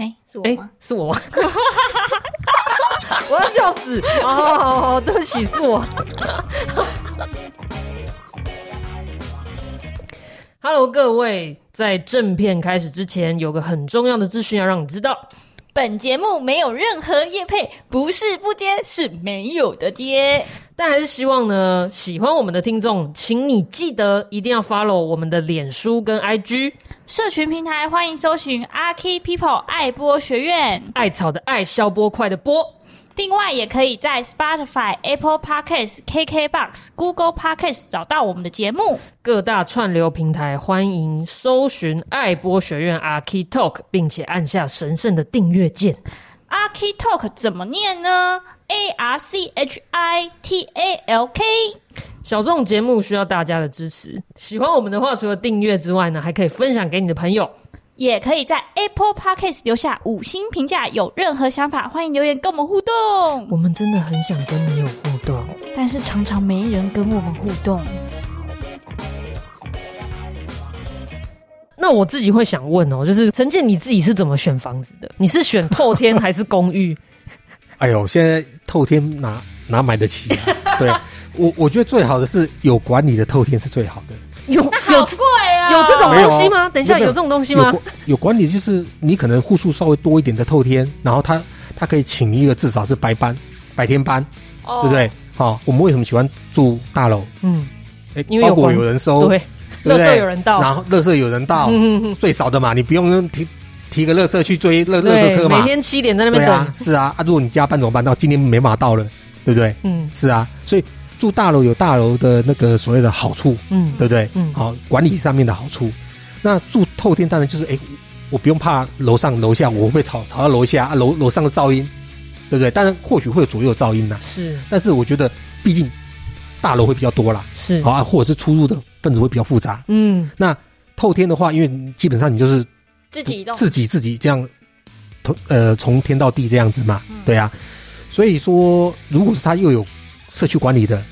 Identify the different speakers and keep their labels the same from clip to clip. Speaker 1: 哎，是我
Speaker 2: 哎、
Speaker 1: 吗？
Speaker 2: 是我吗？ 我要笑死！哦，对不起，是我。Hello，各位，在正片开始之前，有个很重要的资讯要让你知道。
Speaker 1: 本节目没有任何业配，不是不接，是没有的接。
Speaker 2: 但还是希望呢，喜欢我们的听众，请你记得一定要 follow 我们的脸书跟 IG，
Speaker 1: 社群平台欢迎搜寻 RK People 爱播学院。
Speaker 2: 艾草的艾，消波快的波。
Speaker 1: 另外，也可以在 Spotify、Apple Podcasts、KKBox、Google Podcasts 找到我们的节目。
Speaker 2: 各大串流平台欢迎搜寻爱播学院 a r k i Talk，并且按下神圣的订阅键。
Speaker 1: RK Talk 怎么念呢？A R C H I T A L K。
Speaker 2: 小众节目需要大家的支持，喜欢我们的话，除了订阅之外呢，还可以分享给你的朋友。
Speaker 1: 也可以在 Apple Podcast 留下五星评价，有任何想法欢迎留言跟我们互动。
Speaker 2: 我们真的很想跟你有互动。
Speaker 1: 但是常常没人跟我们互动。
Speaker 2: 那我自己会想问哦，就是陈建你自己是怎么选房子的？你是选透天还是公寓？
Speaker 3: 哎呦，现在透天哪哪买得起 啊？对我，我觉得最好的是有管理的透天是最好的。
Speaker 2: 有
Speaker 1: 好贵啊！
Speaker 2: 有这种
Speaker 3: 没有
Speaker 2: 东西吗？等一下，
Speaker 3: 没
Speaker 2: 有
Speaker 3: 有
Speaker 2: 这种东西
Speaker 3: 有
Speaker 2: 吗？
Speaker 3: 管有管理就是你可能户数稍微多一点的透天，然后他他可以请一个至少是白班、白天班，
Speaker 1: 哦
Speaker 3: 对不？对？好、我们为什么喜欢住大楼？
Speaker 2: 嗯，
Speaker 3: 哎、
Speaker 2: 因为有
Speaker 3: 包裹
Speaker 2: 管
Speaker 3: 有人收，
Speaker 2: 对，
Speaker 3: 对不
Speaker 2: 垃圾
Speaker 3: 对
Speaker 2: 有人倒，
Speaker 3: 然后垃圾有人到，
Speaker 2: 嗯嗯嗯
Speaker 3: 最少的嘛，你不用提提个垃圾去追垃垃圾
Speaker 2: 对，
Speaker 3: 车
Speaker 2: 每
Speaker 3: 嘛。
Speaker 2: 天七点在那
Speaker 3: 对
Speaker 2: 边
Speaker 3: 啊
Speaker 2: 等，，
Speaker 3: 是啊，啊，如果你加班怎么办？到今天没办法到了，对不对？
Speaker 2: 嗯
Speaker 3: 是啊，所以住大楼有大楼的那个所谓的好处，
Speaker 2: 嗯，
Speaker 3: 对不对？
Speaker 2: 嗯
Speaker 3: 好、管理上面的好处。那住透天当然就是，哎，我不用怕楼上楼下，我会不会吵吵到楼下？啊、楼楼上的噪音，对不对？当然或许会有左右噪音呐、
Speaker 2: 是
Speaker 3: 但是我觉得毕竟大楼会比较多啦，
Speaker 2: 是
Speaker 3: 好、，啊，或者是出入的分子会比较复杂。
Speaker 2: 嗯
Speaker 3: 那透天的话，因为基本上你就是
Speaker 1: 自己移动
Speaker 3: 自己自己这样，从呃从天到地这样子嘛，
Speaker 1: 嗯
Speaker 3: 对啊。所以说，如果是他又有社区管理的，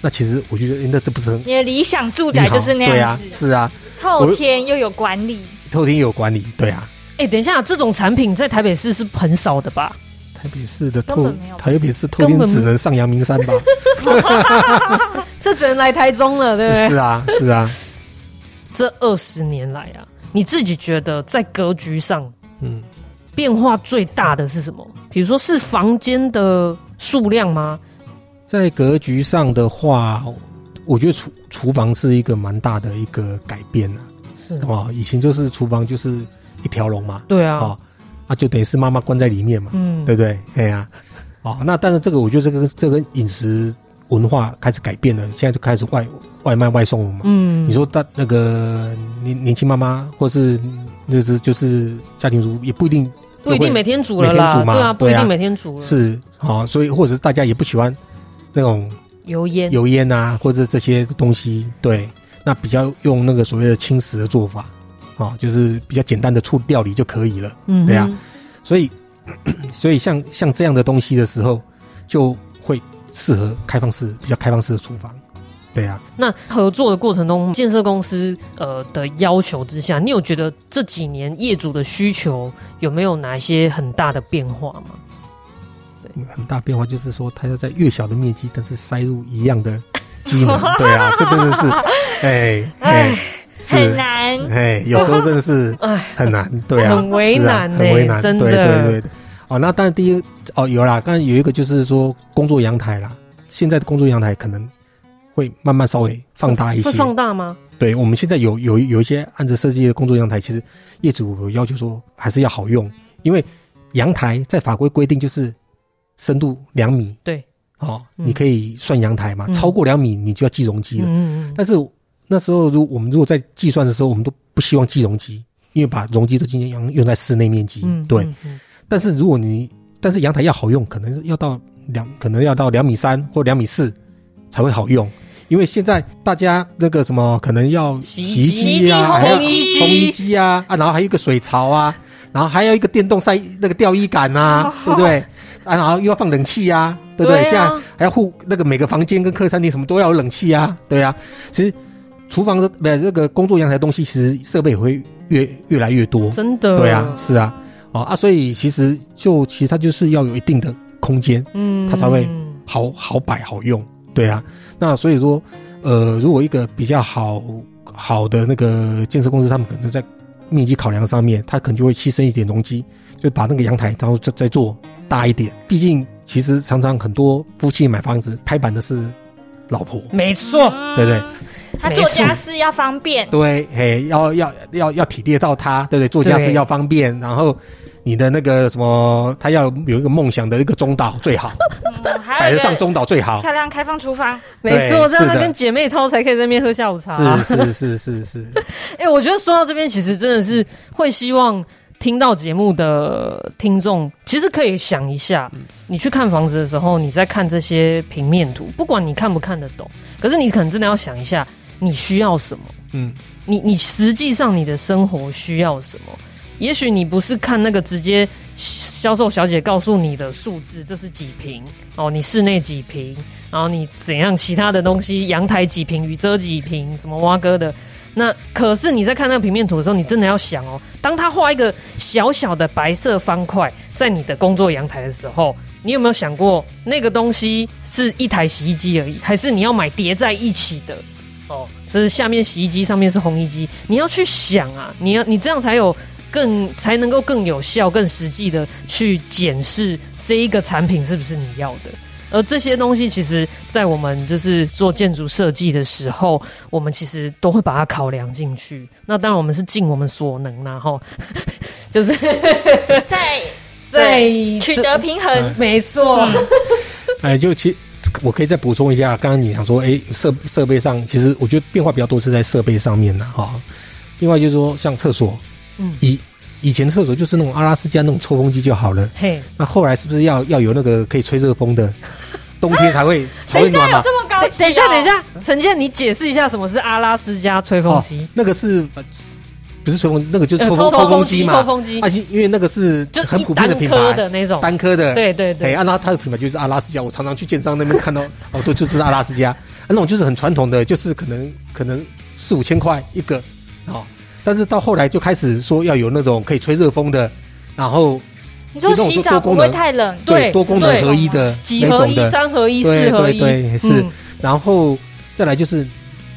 Speaker 3: 那其实我觉得、诶那这不是很
Speaker 1: 你的理想住宅就是那
Speaker 3: 对
Speaker 1: 样
Speaker 3: 啊
Speaker 1: 子，，
Speaker 3: 是啊，
Speaker 1: 透天又有管理，
Speaker 3: 透天也有管理，对啊。
Speaker 2: 哎、等一下，这种产品在台北市是很少的吧？
Speaker 3: 台北市的
Speaker 1: 根
Speaker 3: 透
Speaker 1: 本没有，
Speaker 3: 台北市透
Speaker 2: 根
Speaker 3: 天
Speaker 2: 本
Speaker 3: 只能上阳明山 吧？
Speaker 2: 这只能来台中了，对不对？
Speaker 3: 是啊，是啊，
Speaker 2: 这二十年来啊，你自己觉得在格局上
Speaker 3: 嗯，
Speaker 2: 变化最大的是什么？比如说是房间的数量吗？
Speaker 3: 在格局上的话，我觉得厨厨房是一个蛮大的一个改变啊。
Speaker 2: 是
Speaker 3: 哦，以前就是厨房就是一条龙嘛，
Speaker 2: 对啊，
Speaker 3: 哦，啊，就等于是妈妈关在里面嘛，
Speaker 2: 嗯，
Speaker 3: 对不对？哎呀、哦，那但是这个我觉得这个这个饮食文化开始改变了，现在就开始外外卖外送了嘛。
Speaker 2: 嗯，
Speaker 3: 你说大那个年年轻妈妈，或是就是就是家庭主妇，也不一定
Speaker 2: 不一定
Speaker 3: 会
Speaker 2: 每天煮了
Speaker 3: 每天
Speaker 2: 啦，
Speaker 3: 煮嘛
Speaker 2: 对啊，不一
Speaker 3: 对
Speaker 2: 定
Speaker 3: 啊
Speaker 2: 每天煮了，
Speaker 3: 是哦，所以或者是大家也不喜欢那种
Speaker 2: 油烟，
Speaker 3: 油烟啊，或者这些东西，对，那比较用那个所谓的轻食的做法，哦，就是比较简单的醋料理就可以了。
Speaker 2: 嗯哼
Speaker 3: 对啊，所以， 所以像像这样的东西的时候，就会适合开放式比较开放式的厨房，对啊，
Speaker 2: 那合作的过程中，建设公司呃的要求之下，你有觉得这几年业主的需求有没有哪一些很大的变化吗？
Speaker 3: 很大变化就是说，它要在越小的面积，但是塞入一样 的机能，对啊，这真的是，哎哎，是
Speaker 1: 很难。
Speaker 3: 哎，有时候真的是很难，对啊，
Speaker 2: 很为难
Speaker 3: 是
Speaker 2: 欸
Speaker 3: 啊很为难，
Speaker 2: 真的
Speaker 3: 对对对。哦，那但第一个哦有啦，刚才有一个就是说工作阳台啦，现在的工作阳台可能会慢慢稍微放大一些
Speaker 2: 会，放大吗？
Speaker 3: 对，我们现在有有有一些按着设计的工作阳台，其实业主有要求说还是要好用，因为阳台在法规规定就是深度两米，
Speaker 2: 对，
Speaker 3: 哦，
Speaker 2: 嗯
Speaker 3: 你可以算阳台嘛，
Speaker 2: 嗯
Speaker 3: 超过两米你就要计容积了。
Speaker 2: 嗯，嗯
Speaker 3: 但是那时候如我们如果在计算的时候，我们都不希望计容积，因为把容积都今天用用在室内面积，
Speaker 2: 嗯
Speaker 3: 对。，
Speaker 2: 嗯嗯
Speaker 3: 但是如果你但是阳台要好用，可能要到两，可能要到两米三或两米四才会好用。因为现在大家那个什么，可能要
Speaker 2: 洗
Speaker 3: 洗
Speaker 2: 衣
Speaker 3: 衣
Speaker 2: 机
Speaker 3: 机啊，还要
Speaker 1: 烘衣机
Speaker 3: 烘衣机啊，啊，然后还有一个水槽啊，然后还有一个电动晒那个吊衣杆 啊，对不对？啊，然后又要放冷气啊，对不对？
Speaker 2: 对啊
Speaker 3: 现在还要户那个每个房间跟客餐厅什么都要有冷气啊，对啊。其实厨房的不是这个工作阳台的东西，其实设备也会越越来越多，
Speaker 2: 真的，
Speaker 3: 对啊，是啊，啊啊，所以其实就其实它就是要有一定的空间，
Speaker 2: 嗯
Speaker 3: 它才会好好摆好用，对啊。那所以说，呃，如果一个比较好好的那个建设公司，他们可能在面积考量上面，它可能就会牺牲一点容积，就把那个阳台然后再再做大一点。毕竟其实常常很多夫妻买房子拍板的是老婆，
Speaker 2: 没错，
Speaker 3: 对不对？
Speaker 1: 他做家事要方便，
Speaker 3: 对，嘿，要要要要体贴到他，对不对？做家事
Speaker 2: 对
Speaker 3: 要方便，然后你的那个什么，他要有一个梦想的一个中岛最好，
Speaker 1: 嗯 还
Speaker 3: 摆
Speaker 1: 有
Speaker 3: 得
Speaker 1: 一
Speaker 3: 上
Speaker 1: 个
Speaker 3: 中岛最好。
Speaker 1: 漂亮开放厨房，
Speaker 2: 没错，
Speaker 3: 对
Speaker 2: 这样
Speaker 3: 是
Speaker 2: 他
Speaker 3: 的
Speaker 2: 跟姐妹淘才可以在那边喝下午茶、
Speaker 3: 是是是是是，
Speaker 2: 哎、我觉得说到这边，其实真的是会希望听到节目的听众，其实可以想一下，
Speaker 3: 嗯
Speaker 2: 你去看房子的时候，你在看这些平面图，不管你看不看得懂，可是你可能真的要想一下，你需要什么。
Speaker 3: 嗯，
Speaker 2: 你你实际上你的生活需要什么？也许你不是看那个直接销售小姐告诉你的数字，这是几平哦，你室内几平，然后你怎样其他的东西，阳台几平，雨遮几平，什么蛙哥的。那可是你在看那个平面图的时候，你真的要想哦，当他画一个小小的白色方块在你的工作阳台的时候，你有没有想过那个东西是一台洗衣机而已，还是你要买叠在一起的？哦，是下面洗衣机，上面是烘衣机，你要去想啊，你要你这样才有更才能够更有效、更实际的去检视这一个产品是不是你要的。而这些东西，其实，在我们就是做建筑设计的时候，我们其实都会把它考量进去。那当然，我们是尽我们所能啦，哈， 就是
Speaker 1: 在
Speaker 2: 在
Speaker 1: 取得平衡
Speaker 3: 嗯。
Speaker 2: 没错，
Speaker 3: 哎，就其我可以再补充一下，刚刚你想说，哎，设设备上，其实我觉得变化比较多是在设备上面的哈、另外就是说，像厕所，
Speaker 2: 嗯
Speaker 3: 以以前厕所就是那种阿拉斯加那种抽风机就好了，
Speaker 2: 嘿，
Speaker 3: 那后来是不是要要有那个可以吹热风的，冬天才会才 会
Speaker 1: 谁家
Speaker 3: 暖嘛
Speaker 1: 有？这么高
Speaker 2: 等
Speaker 1: 级哦？
Speaker 2: 等一下，等一下，陈建，你解释一下什么是阿拉斯加吹风机？
Speaker 3: 哦那个是呃不是吹风？那个就是
Speaker 2: 呃
Speaker 3: 抽风
Speaker 2: 抽风
Speaker 3: 风
Speaker 2: 机
Speaker 3: 机嘛，
Speaker 2: 抽风机
Speaker 3: 啊，因因为那个是
Speaker 2: 就
Speaker 3: 很
Speaker 2: 一
Speaker 3: 普
Speaker 2: 单
Speaker 3: 遍的品
Speaker 2: 颗
Speaker 3: 牌，
Speaker 2: 的那种，
Speaker 3: 单颗的，
Speaker 2: 对对对
Speaker 3: 哎，啊，那它的品牌就是阿拉斯加，我常常去建商那 边看到，哦，对，就是阿拉斯加，啊那种就是很传统的，就是可能可能四五千块一个，哦，但是到后来就开始说要有那种可以吹热风的，然后
Speaker 1: 你说洗澡不会太冷，
Speaker 2: 对
Speaker 3: 多功能
Speaker 2: 对
Speaker 3: 合一的
Speaker 2: 几
Speaker 3: 那
Speaker 2: 合
Speaker 3: 种
Speaker 2: 一、
Speaker 3: 的，
Speaker 2: 三合一、
Speaker 3: 对
Speaker 2: 四合
Speaker 3: 对
Speaker 2: 一，
Speaker 3: 对是
Speaker 2: 嗯，
Speaker 3: 然后再来就是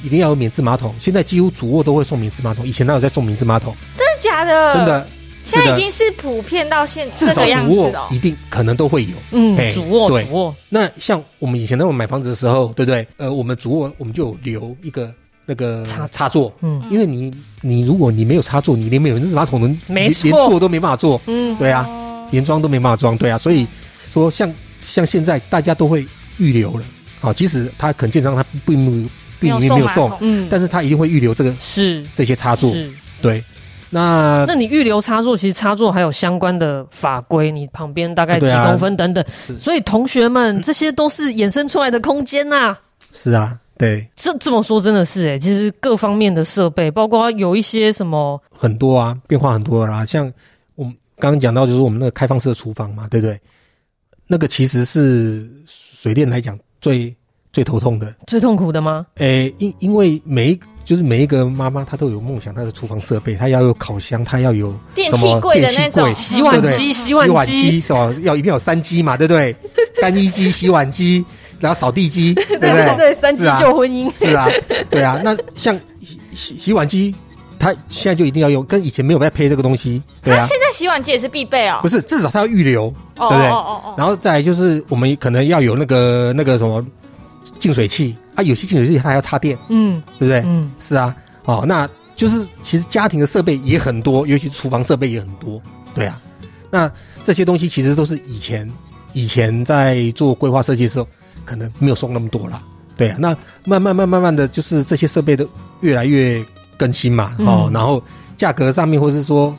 Speaker 3: 一定要有免治马桶，现在几乎主卧都会送免治马桶，以前哪有在送免治马桶？
Speaker 1: 真的假的？
Speaker 3: 真，的，
Speaker 1: 现在
Speaker 3: 是
Speaker 1: 已
Speaker 3: 的
Speaker 1: 经是普遍到现
Speaker 3: 至
Speaker 1: 呃这
Speaker 3: 少
Speaker 1: 个样
Speaker 3: 主
Speaker 1: 子哦
Speaker 3: 卧
Speaker 1: 了
Speaker 3: 一。定可能都会有。
Speaker 2: 嗯，
Speaker 3: 嘿
Speaker 2: 主卧
Speaker 3: 对
Speaker 2: 主卧，
Speaker 3: 那像我们以前那种买房子的时候，对不对？呃，我们主卧我们就有留一个那个
Speaker 2: 插
Speaker 3: 插座，
Speaker 2: 嗯
Speaker 3: 因为你你如果你没有插座，你连免治马桶能
Speaker 2: 没
Speaker 3: 连
Speaker 2: 错
Speaker 3: 连坐都没办法坐，
Speaker 2: 嗯，
Speaker 3: 对啊，
Speaker 1: 哦
Speaker 3: 连装都没办法装，对啊。所以说像像现在大家都会预留了，啊，即使他可能建商他并没并没
Speaker 1: 送
Speaker 3: 有
Speaker 1: 马
Speaker 3: 送，
Speaker 1: 桶，
Speaker 2: 嗯，
Speaker 3: 但是他一定会预留这个
Speaker 2: 是
Speaker 3: 这些插座，
Speaker 2: 是。
Speaker 3: 对。那
Speaker 2: 那你预留插座，其实插座还有相关的法规，你旁边大概
Speaker 3: 啊
Speaker 2: 几
Speaker 3: 对啊
Speaker 2: 公分等等，
Speaker 3: 是
Speaker 2: 所以同学们，这些都是衍生出来的空间呐、
Speaker 3: 是啊，对，
Speaker 2: 这这么说真的是诶、欸其实各方面的设备，包括有一些什么，
Speaker 3: 很多啊，变化很多啦、像我们刚刚讲到，就是我们那个开放式的厨房嘛，对不对？那个其实是水电来讲最最头痛的。
Speaker 2: 最痛苦的吗？
Speaker 3: 诶、因因为每一就是每一个妈妈她都有梦想，她的厨房设备，她要有烤箱，她要有
Speaker 1: 电
Speaker 3: 什
Speaker 1: 器
Speaker 3: 么
Speaker 1: 柜的那
Speaker 3: 电器柜
Speaker 1: 种
Speaker 2: 洗碗
Speaker 3: 对不
Speaker 2: 机、
Speaker 3: 对
Speaker 2: 洗碗
Speaker 3: 碗
Speaker 2: 机，
Speaker 3: 机是吧？要一定要有三机嘛，对不对？干衣机、洗碗机，然后扫地机，对不对？
Speaker 2: 三级
Speaker 3: 是啊
Speaker 2: 救婚姻，
Speaker 3: 是啊，对啊，那像洗洗洗碗机，它现在就一定要用，跟以前没有在配这个东西，对
Speaker 1: 他
Speaker 3: 啊，
Speaker 1: 现在洗碗机也是必备哦
Speaker 3: 不。是，至少它要预留，
Speaker 1: 哦
Speaker 3: 对不对
Speaker 1: 哦哦
Speaker 3: 然后再来就是我们可能要有那个那个什么净水器啊，有些净水器它还要插电，
Speaker 2: 嗯
Speaker 3: 对不对？
Speaker 2: 嗯，
Speaker 3: 是啊，哦，那就是其实家庭的设备也很多，尤其是厨房设备也很多，对啊，那这些东西其实都是以前以前在做规划设计的时候，可能没有送那么多啦，对啊，那慢慢慢慢慢的就是这些设备的越来越更新嘛，哦，
Speaker 2: 嗯
Speaker 3: 然后价格上面或是说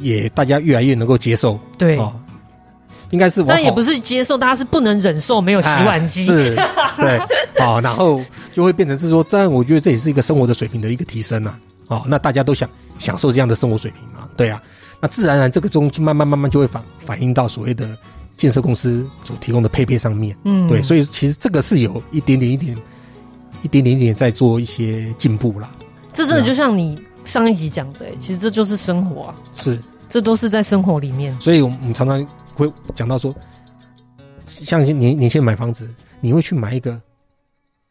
Speaker 3: 也大家越来越能够接受，
Speaker 2: 对。
Speaker 3: 哦，应该是往好
Speaker 2: 但也不是接受，大家是不能忍受没有洗碗
Speaker 3: 哎
Speaker 2: 机。
Speaker 3: 是，对，哦，然后就会变成是说，但我觉得这也是一个生活的水平的一个提升呐、哦，那大家都想享受这样的生活水平嘛，对啊，那自然而然这个东西慢慢慢慢就会反反映到所谓的建设公司所提供的配备上面，
Speaker 2: 嗯
Speaker 3: 对，所以其实这个是有一点点一点一点点一点在做一些进步啦，
Speaker 2: 这真的就像你上一集讲的、欸，其实这就是生活啊，
Speaker 3: 是
Speaker 2: 这都是在生活里面。
Speaker 3: 所以我们常常会讲到说，像一些年年轻人买房子，你会去买一个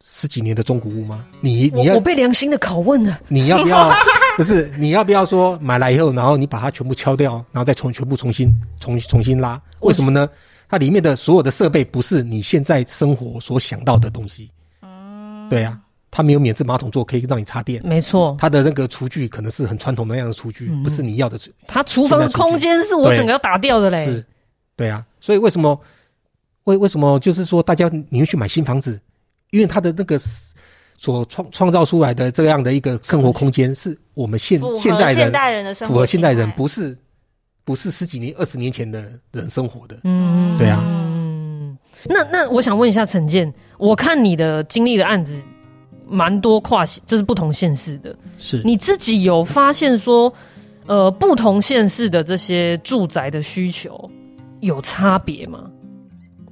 Speaker 3: 十几年的中古屋吗？你
Speaker 2: 我
Speaker 3: 你
Speaker 2: 我
Speaker 3: 要
Speaker 2: 被良心的拷问了，
Speaker 3: 你要 不要？不是你要不要说买来以后，然后你把它全部敲掉，然后再重全部重新重重新拉？为什么呢？它里面的所有的设备不是你现在生活所想到的东西。
Speaker 1: 哦
Speaker 3: 对啊，它没有免治马桶座可以让你插电，
Speaker 2: 没错，
Speaker 3: 它的那个厨具可能是很传统那样的厨具，
Speaker 1: 嗯
Speaker 3: 不是你要的厨
Speaker 2: 他厨房的空间是我整个要打掉的嘞
Speaker 3: 是，，对啊，所以为什么为为什么就是说大家你会去买新房子，因为它的那个 s- 所创创造出来的这样的一个生活空间，是我们现
Speaker 1: 符合
Speaker 3: 现在人
Speaker 1: 现代人的生活，
Speaker 3: 符合现代人，不是不是十几年、二十年前的人生活的，
Speaker 2: 嗯，
Speaker 3: 对啊
Speaker 2: 嗯，那那我想问一下陈建，我看你的经历的案子蛮多跨县，就是不同县市的，
Speaker 3: 是
Speaker 2: 你自己有发现说，呃，不同县市的这些住宅的需求有差别吗？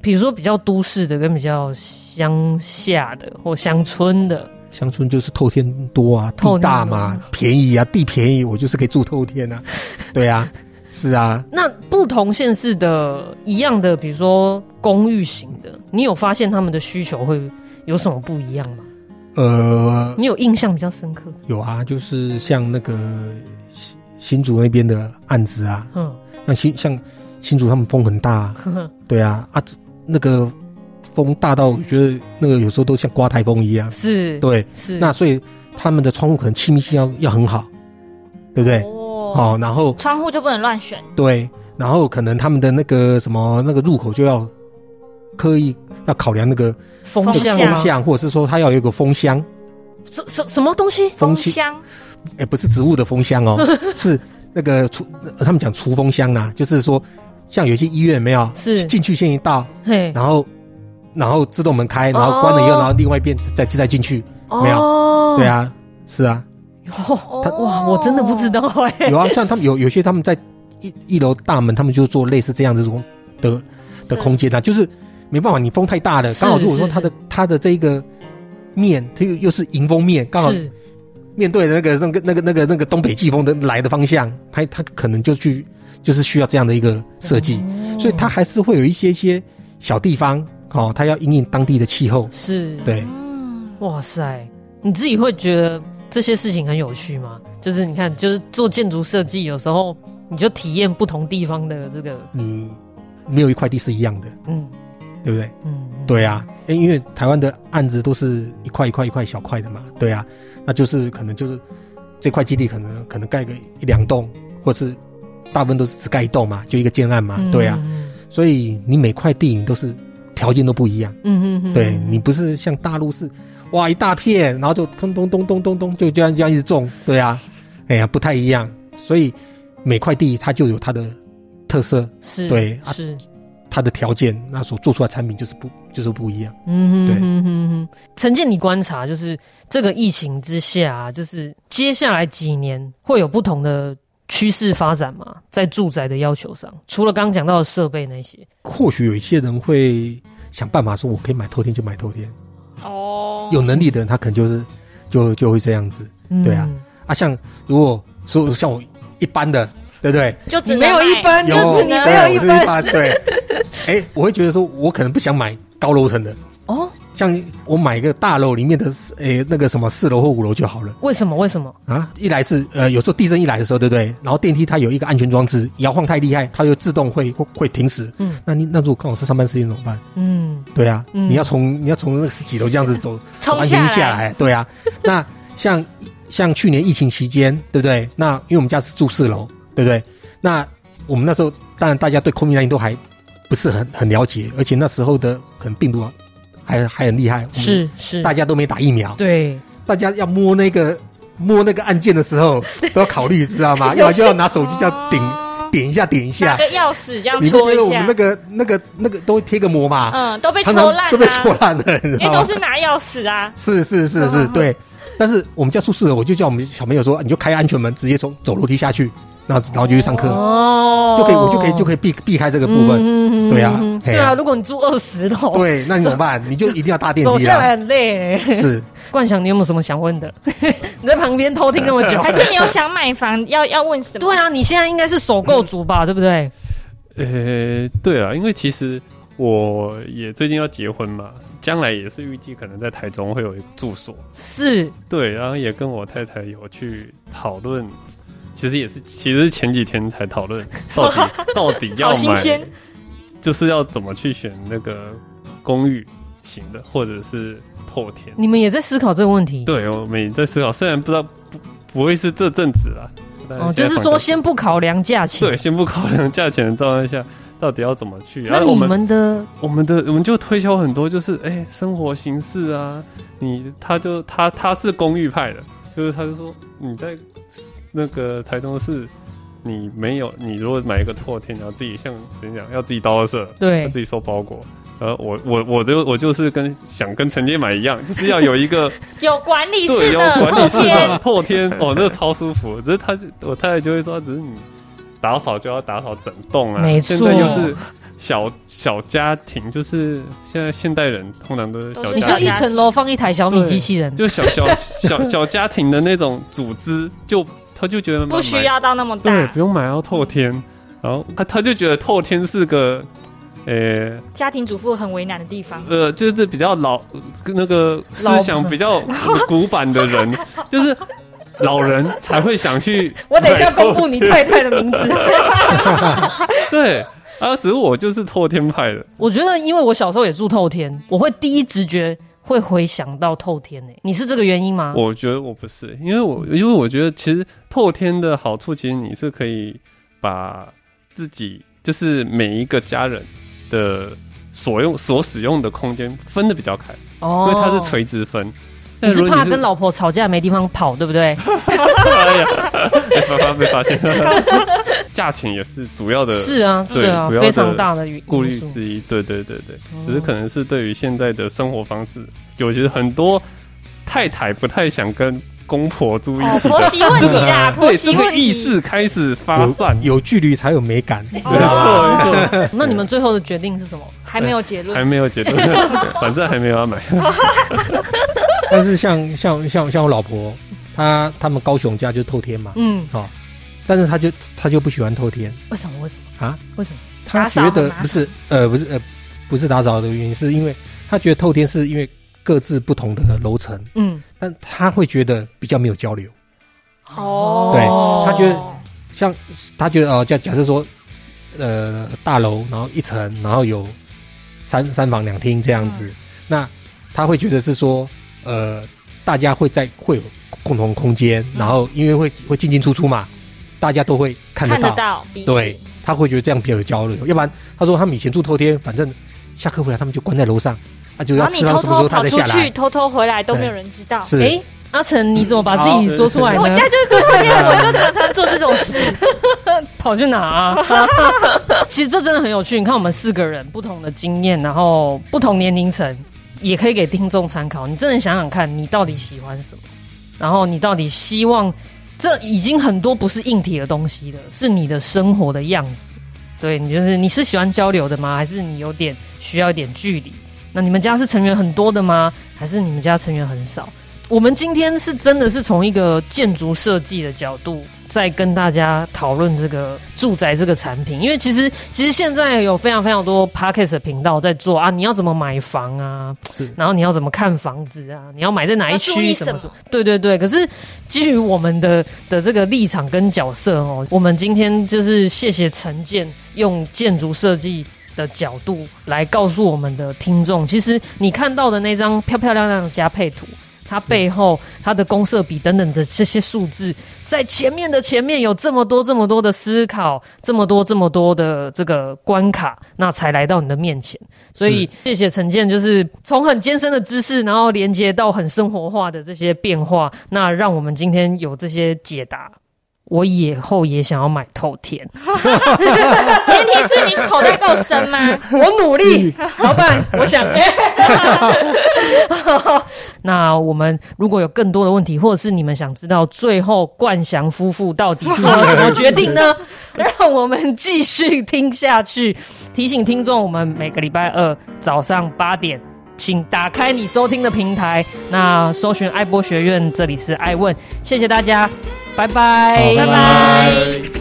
Speaker 2: 比如说比较都市的跟比较乡下的或乡村的，
Speaker 3: 乡村就是透天多啊，
Speaker 2: 透
Speaker 3: 地
Speaker 2: 天
Speaker 3: 大嘛，便宜啊，地便宜，我就是可以住透天啊，对啊，是啊，
Speaker 2: 那不同县市的一样的，比如说公寓型的，你有发现他们的需求会有什么不一样吗？
Speaker 3: 呃，
Speaker 2: 你有印象比较深刻？
Speaker 3: 有啊，就是像那个新新竹那边的案子啊，
Speaker 2: 嗯，
Speaker 3: 那新像新竹他们风很大、啊，
Speaker 2: 呵呵
Speaker 3: 对啊啊，这那个风大到我觉得那个有时候都像刮台风一样，
Speaker 2: 是，
Speaker 3: 对，
Speaker 2: 是
Speaker 3: 那所以他们的窗户可能气密性要要很好，对不对？
Speaker 1: 哦，
Speaker 3: 好、然后
Speaker 1: 窗户就不能乱选，
Speaker 3: 对，然后可能他们的那个什么那个入口就要刻意要考量那个
Speaker 2: 风
Speaker 1: 风
Speaker 2: 向
Speaker 3: 风
Speaker 2: 吗
Speaker 3: 向，或者是说它要有一个风箱，
Speaker 2: 什什什么东西？
Speaker 3: 风气
Speaker 1: 箱
Speaker 3: 哎、不是植物的风箱哦，
Speaker 2: 嗯
Speaker 3: 是那个除呃他们讲除风箱啊，就是说像有一些医院有没有，
Speaker 2: 是
Speaker 3: 进去先一道，
Speaker 2: 嘿，
Speaker 3: 然后然后自动门开，然后关了以后，
Speaker 2: 哦
Speaker 3: 然后另外一边再再进去，没有
Speaker 2: 哦
Speaker 3: 对，啊，是啊，
Speaker 2: 哦
Speaker 1: 哦，
Speaker 2: 哇，我真的不知道哎、
Speaker 3: 有啊，像他们有有些他们在一一楼大门，他们就做类似这样这种的的空间啊，就是没办法，你风太大了，
Speaker 2: 是
Speaker 3: 刚好如果
Speaker 2: 是
Speaker 3: 说它的它的这个面，它又又是迎风面，刚好
Speaker 2: 是
Speaker 3: 面对那个那个那个那个那个东北季风的来的方向，它它可能就去就是需要这样的一个设计，
Speaker 2: 哦
Speaker 3: 所以它还是会有一些些小地方哦，它要因应当地的气候，
Speaker 2: 是，
Speaker 3: 对，
Speaker 1: 嗯，
Speaker 2: 哇塞，你自己会觉得这些事情很有趣吗？就是你看，就是做建筑设计，有时候你就体验不同地方的这个，
Speaker 3: 你没有一块地是一样的，
Speaker 2: 嗯
Speaker 3: 对不对？
Speaker 2: 嗯，嗯，
Speaker 3: 对啊，诶因为台湾的案子都是一块一块一块小块的嘛，对啊，那就是可能就是这块基地可能可能盖个一两栋，或是大部分都是只盖一栋嘛，就一个建案嘛，
Speaker 2: 嗯
Speaker 3: 对啊，，所以你每块地你都是条件都不一样，
Speaker 2: 嗯嗯嗯，
Speaker 3: 对你不是像大陆是哇一大片，然后就咚咚咚咚咚咚就这样这样一直种，对啊，哎呀不太一样，所以每块地它就有它的特色，
Speaker 2: 是，
Speaker 3: 对啊
Speaker 2: 是，
Speaker 3: 它的条件，那所做出来的产品就是不就是不一样。
Speaker 2: 嗯
Speaker 3: 对
Speaker 2: 哼哼哼哼，陈建，你观察就是这个疫情之下啊，就是接下来几年会有不同的趋势发展吗？在住宅的要求上，除了刚刚讲到的设备那些，
Speaker 3: 或许有一些人会想办法说，我可以买透天就买透天。
Speaker 1: 哦，
Speaker 3: 有能力的人，他可能就是就就会这样子
Speaker 2: 嗯
Speaker 3: 对啊，啊。像如果说像我一般的，对不对？
Speaker 1: 就只
Speaker 2: 你没有一
Speaker 1: 般，
Speaker 2: 般，就
Speaker 1: 有
Speaker 2: 是你没有
Speaker 3: 对
Speaker 2: 一
Speaker 3: 我是
Speaker 2: 般
Speaker 3: 一般，对。 哎，我会觉得说，我可能不想买高楼层的，
Speaker 2: 哦？
Speaker 3: 像我买一个大楼里面的，诶，那个什么四楼或五楼就好了
Speaker 2: 为什么？为什么？
Speaker 3: 啊。一来是呃，有时候地震一来的时候，对不对？然后电梯它有一个安全装置，摇晃太厉害，它就自动会会会停止。
Speaker 2: 嗯
Speaker 3: 嗯，那你那如果刚好是上班时间怎么办？
Speaker 2: 嗯，
Speaker 3: 对啊，
Speaker 2: 嗯
Speaker 3: 你要从你要从那个十几楼这样子走，
Speaker 1: 冲
Speaker 3: 走安全
Speaker 1: 下
Speaker 3: 一
Speaker 1: 来
Speaker 3: 下来，对啊。那像像去年疫情期间，对不对？那因为我们家是住四楼，对不对？那我们那时候当然大家对 COVID-19 都还不是很很了解，而且那时候的可能病毒啊还还很厉害，我们
Speaker 2: 是是，
Speaker 3: 大家都没打疫苗，
Speaker 2: 对，
Speaker 3: 大家要摸那个摸那个按键的 时候都要考虑，知道吗？要不然就要拿手机这样顶
Speaker 1: 哦
Speaker 3: 点一下点一
Speaker 1: 拿
Speaker 3: 下
Speaker 1: 个，钥匙这样
Speaker 3: 你不
Speaker 1: 戳
Speaker 3: 觉
Speaker 1: 一
Speaker 3: 得我
Speaker 1: 下
Speaker 3: 们那，个那个那个都会贴个膜嘛？
Speaker 1: 嗯，都被
Speaker 3: 常
Speaker 1: 戳
Speaker 3: 常
Speaker 1: 烂，
Speaker 3: 都被戳，烂了，你知
Speaker 1: 因为
Speaker 3: 道吗
Speaker 1: 哎都？是拿钥匙啊，
Speaker 3: 是是是
Speaker 1: 嗯
Speaker 3: 是，对。但是我们家宿舍，我就叫我们小朋友说，你就开安全门，直接从走楼梯下去，然后然后就去上课，
Speaker 2: 哦
Speaker 3: 就可以，我就可以就可以避避开这个部
Speaker 1: 嗯
Speaker 3: 分。
Speaker 2: 分
Speaker 3: 对啊嘿
Speaker 2: 对啊，
Speaker 3: 啊
Speaker 2: 如果你住二十楼，，
Speaker 3: 对，那你怎么办？你就一定要搭电
Speaker 2: 走
Speaker 3: 梯
Speaker 2: 下来
Speaker 3: 啦。
Speaker 2: 很累。
Speaker 3: 是，
Speaker 2: 冠翔，你有没有什么想问的？ 你在旁边偷听那么久，
Speaker 1: 还是你有想买房要要问什么？
Speaker 2: 对，啊？你现在应该是首购族
Speaker 4: 嗯
Speaker 2: 吧，对不对？
Speaker 4: 呃，对啊，因为其实我也最近要结婚嘛，将来也是预计可能在台中会有一个住所，
Speaker 2: 是
Speaker 4: 对，然后也跟我太太有去讨论，其实也是，其实是前几天才 讨论到底到底要
Speaker 1: 好新
Speaker 4: 买
Speaker 1: 鲜，
Speaker 4: 就是要怎么去选那个公寓型的，或者是透天。
Speaker 2: 你们也在思考这个问题。
Speaker 4: 对，我们也在思考，虽然不知道不不会是这阵子啦，但
Speaker 2: 哦，
Speaker 4: 现
Speaker 2: 就
Speaker 4: 在
Speaker 2: 是
Speaker 4: 房
Speaker 2: 说
Speaker 4: 价
Speaker 2: 先不考量价钱。
Speaker 4: 对，，先不考量价钱的状态下，到底要怎么去？
Speaker 2: 那
Speaker 4: 然后我
Speaker 2: 你
Speaker 4: 们
Speaker 2: 们的
Speaker 4: 我们的我们就推销很多，就是哎、生活形式啊，你他就他他是公寓派的，就是他就说嗯你在那个台东市，你没有你如果买一个拓天，然后自己像怎样要自己刀社，要
Speaker 2: 对
Speaker 4: 自己收包裹，然后我我我就我就是跟想跟陈杰买一样，就是要有一个
Speaker 1: 有管理
Speaker 4: 对
Speaker 1: 室
Speaker 4: 有
Speaker 1: 的
Speaker 4: 管
Speaker 1: 透
Speaker 4: 理室
Speaker 1: 天，
Speaker 4: 的 拓天，哦，那个超舒服。只是他就我太太就会说，只是你打扫就要打扫整栋啊，
Speaker 2: 没错
Speaker 4: 现在又是小小家庭，就是现在现代人通常都是小
Speaker 2: 你
Speaker 4: 家
Speaker 2: 就一
Speaker 4: 庭，
Speaker 2: 层楼放一台小米
Speaker 4: 对
Speaker 2: 机器人，。
Speaker 4: 就小小小小家庭的那种组织，就他就觉得
Speaker 1: 不需要到那么
Speaker 4: 对，
Speaker 1: 大
Speaker 4: 不，用买到透天，然后啊他他就觉得透天是个。呃、
Speaker 1: 家庭主妇很为难的地方。
Speaker 4: 呃，就是比较老那个思想比较古板的人，就是老人才会想去
Speaker 2: 我等一下公布你太太的名字。
Speaker 4: 对啊，只是我就是透天派的，
Speaker 2: 我觉得，因为我小时候也住透天，我会第一直觉会回想到透天诶、你是这个原因吗？
Speaker 4: 我觉得我不是，因为我因为我觉得其实透天的好处，其实你是可以把自己就是每一个家人的所用所使用的空间分的比较开，因
Speaker 2: 哦
Speaker 4: 为它是，垂直分。
Speaker 2: 你
Speaker 4: 但
Speaker 2: 是
Speaker 4: 如果
Speaker 2: 怕跟老婆吵架没地方跑，对不对？
Speaker 4: 哎呀， 被发发被发现， 价钱也是主要的
Speaker 2: 是啊，
Speaker 4: 对
Speaker 2: 对啊，
Speaker 4: 主要的
Speaker 2: 非常大的因
Speaker 4: 顾虑
Speaker 2: 因素
Speaker 4: 之一。对对对对，
Speaker 1: 哦
Speaker 4: 只是可能是对于现在的生活方式，有些很多太太不太想跟公婆住一
Speaker 1: 哦，
Speaker 4: 起
Speaker 1: 婆
Speaker 4: 的，啊
Speaker 1: 媳问题啦，婆
Speaker 4: 对这
Speaker 1: 媳
Speaker 4: 个
Speaker 1: 问
Speaker 4: 意
Speaker 1: 题。
Speaker 4: 识开始发散。
Speaker 3: 有有距离才有美感。
Speaker 1: 哦
Speaker 4: 没错没错，
Speaker 2: 那你们最后的决定是什么？
Speaker 1: 还没有结
Speaker 4: 还
Speaker 1: 论，
Speaker 4: 没有结 论，反正还没有要买。
Speaker 3: 但是像像像像我老婆，她他们高雄家就是透天嘛，
Speaker 2: 嗯，
Speaker 3: 但是她就她就不喜欢透天，
Speaker 2: 为什么？为什么
Speaker 3: 啊？
Speaker 2: 为什么？
Speaker 3: 她
Speaker 1: 打扫
Speaker 3: 觉得
Speaker 1: 很麻烦
Speaker 3: 不是呃不是呃不是打扫的原因，是因为她觉得透天是因为各自不同的楼层，
Speaker 2: 嗯，
Speaker 3: 但她会觉得比较没有交流。
Speaker 1: 哦
Speaker 3: 对他觉得像她觉得哦，假假设说呃大楼，然后一层，然后有三三房两厅这样
Speaker 1: 嗯
Speaker 3: 子，那她会觉得是说呃大家会在会有共同空间，
Speaker 1: 嗯
Speaker 3: 然后因为会会进进出出嘛，大家都会看得
Speaker 1: 看得
Speaker 3: 到。
Speaker 1: 到彼此，
Speaker 3: 对，他会觉得这样比较有交流。要不然，他说他们以前住透天，反正下课回来他们就关在楼上，啊，就
Speaker 1: 然
Speaker 3: 要
Speaker 1: 后你
Speaker 3: 吃饭
Speaker 1: 偷
Speaker 3: 什么时
Speaker 1: 偷
Speaker 3: 候他
Speaker 1: 跑
Speaker 3: 再
Speaker 1: 出
Speaker 3: 下
Speaker 1: 去，
Speaker 3: 来。
Speaker 1: 偷偷回来都没有人知道。
Speaker 3: 是，
Speaker 2: 哎，阿成，你怎么把自己说出来呢？
Speaker 1: 我家就是做这些，我就常常做这种事。
Speaker 2: 跑去哪、 啊？其实这真的很有趣。你看，我们四个人不同的经验，然后不同年龄层，也可以给听众参考。你真的想想看，你到底喜欢什么？然后你到底希望？这已经很多不是硬体的东西了，是你的生活的样子。对你就是你是喜欢交流的吗？还是你有点需要一点距离？那你们家是成员很多的吗？还是你们家成员很少？我们今天是真的是从一个建筑设计的角度，在跟大家讨论这个住宅这个产品，因为其实其实现在有非常非常
Speaker 1: 啊
Speaker 2: 多 podcast 的频道在做啊，你要怎么买房啊，
Speaker 3: 是
Speaker 2: 然后你要怎么看房子啊，你要买在哪一
Speaker 1: 要注意
Speaker 2: 区
Speaker 1: 什
Speaker 2: 什么
Speaker 1: 么
Speaker 2: 什么，对对对。可是基于我们的的这个立场跟角色哦，我们今天就是谢谢陈建用建筑设计。的角度来告诉我们的听众，其实你看到的那张漂漂亮亮的加配图，它背后它的公设比等等的这些数字，在前面的前面有这么多这么多的思考，这么多这么多的这个关卡，那才来到你的面前。所以谢谢陈建，就是从很艰深的知识，然后连接到很生活化的这些变化，那让我们今天有这些解答。我以后也想要买透天，
Speaker 1: 前提是你口袋够深吗？
Speaker 2: 我努力，老板，我想。 那我们如果有更多的问题，或者是你们想知道最后冠祥夫妇到底做了什么决定呢？让我们继续听下去。提醒听众，我们每个礼拜二早上八点。请打开你收听的平台，那搜寻爱播学院，这里是爱问，谢谢大家，拜拜
Speaker 3: 好，
Speaker 1: 拜拜
Speaker 4: 拜。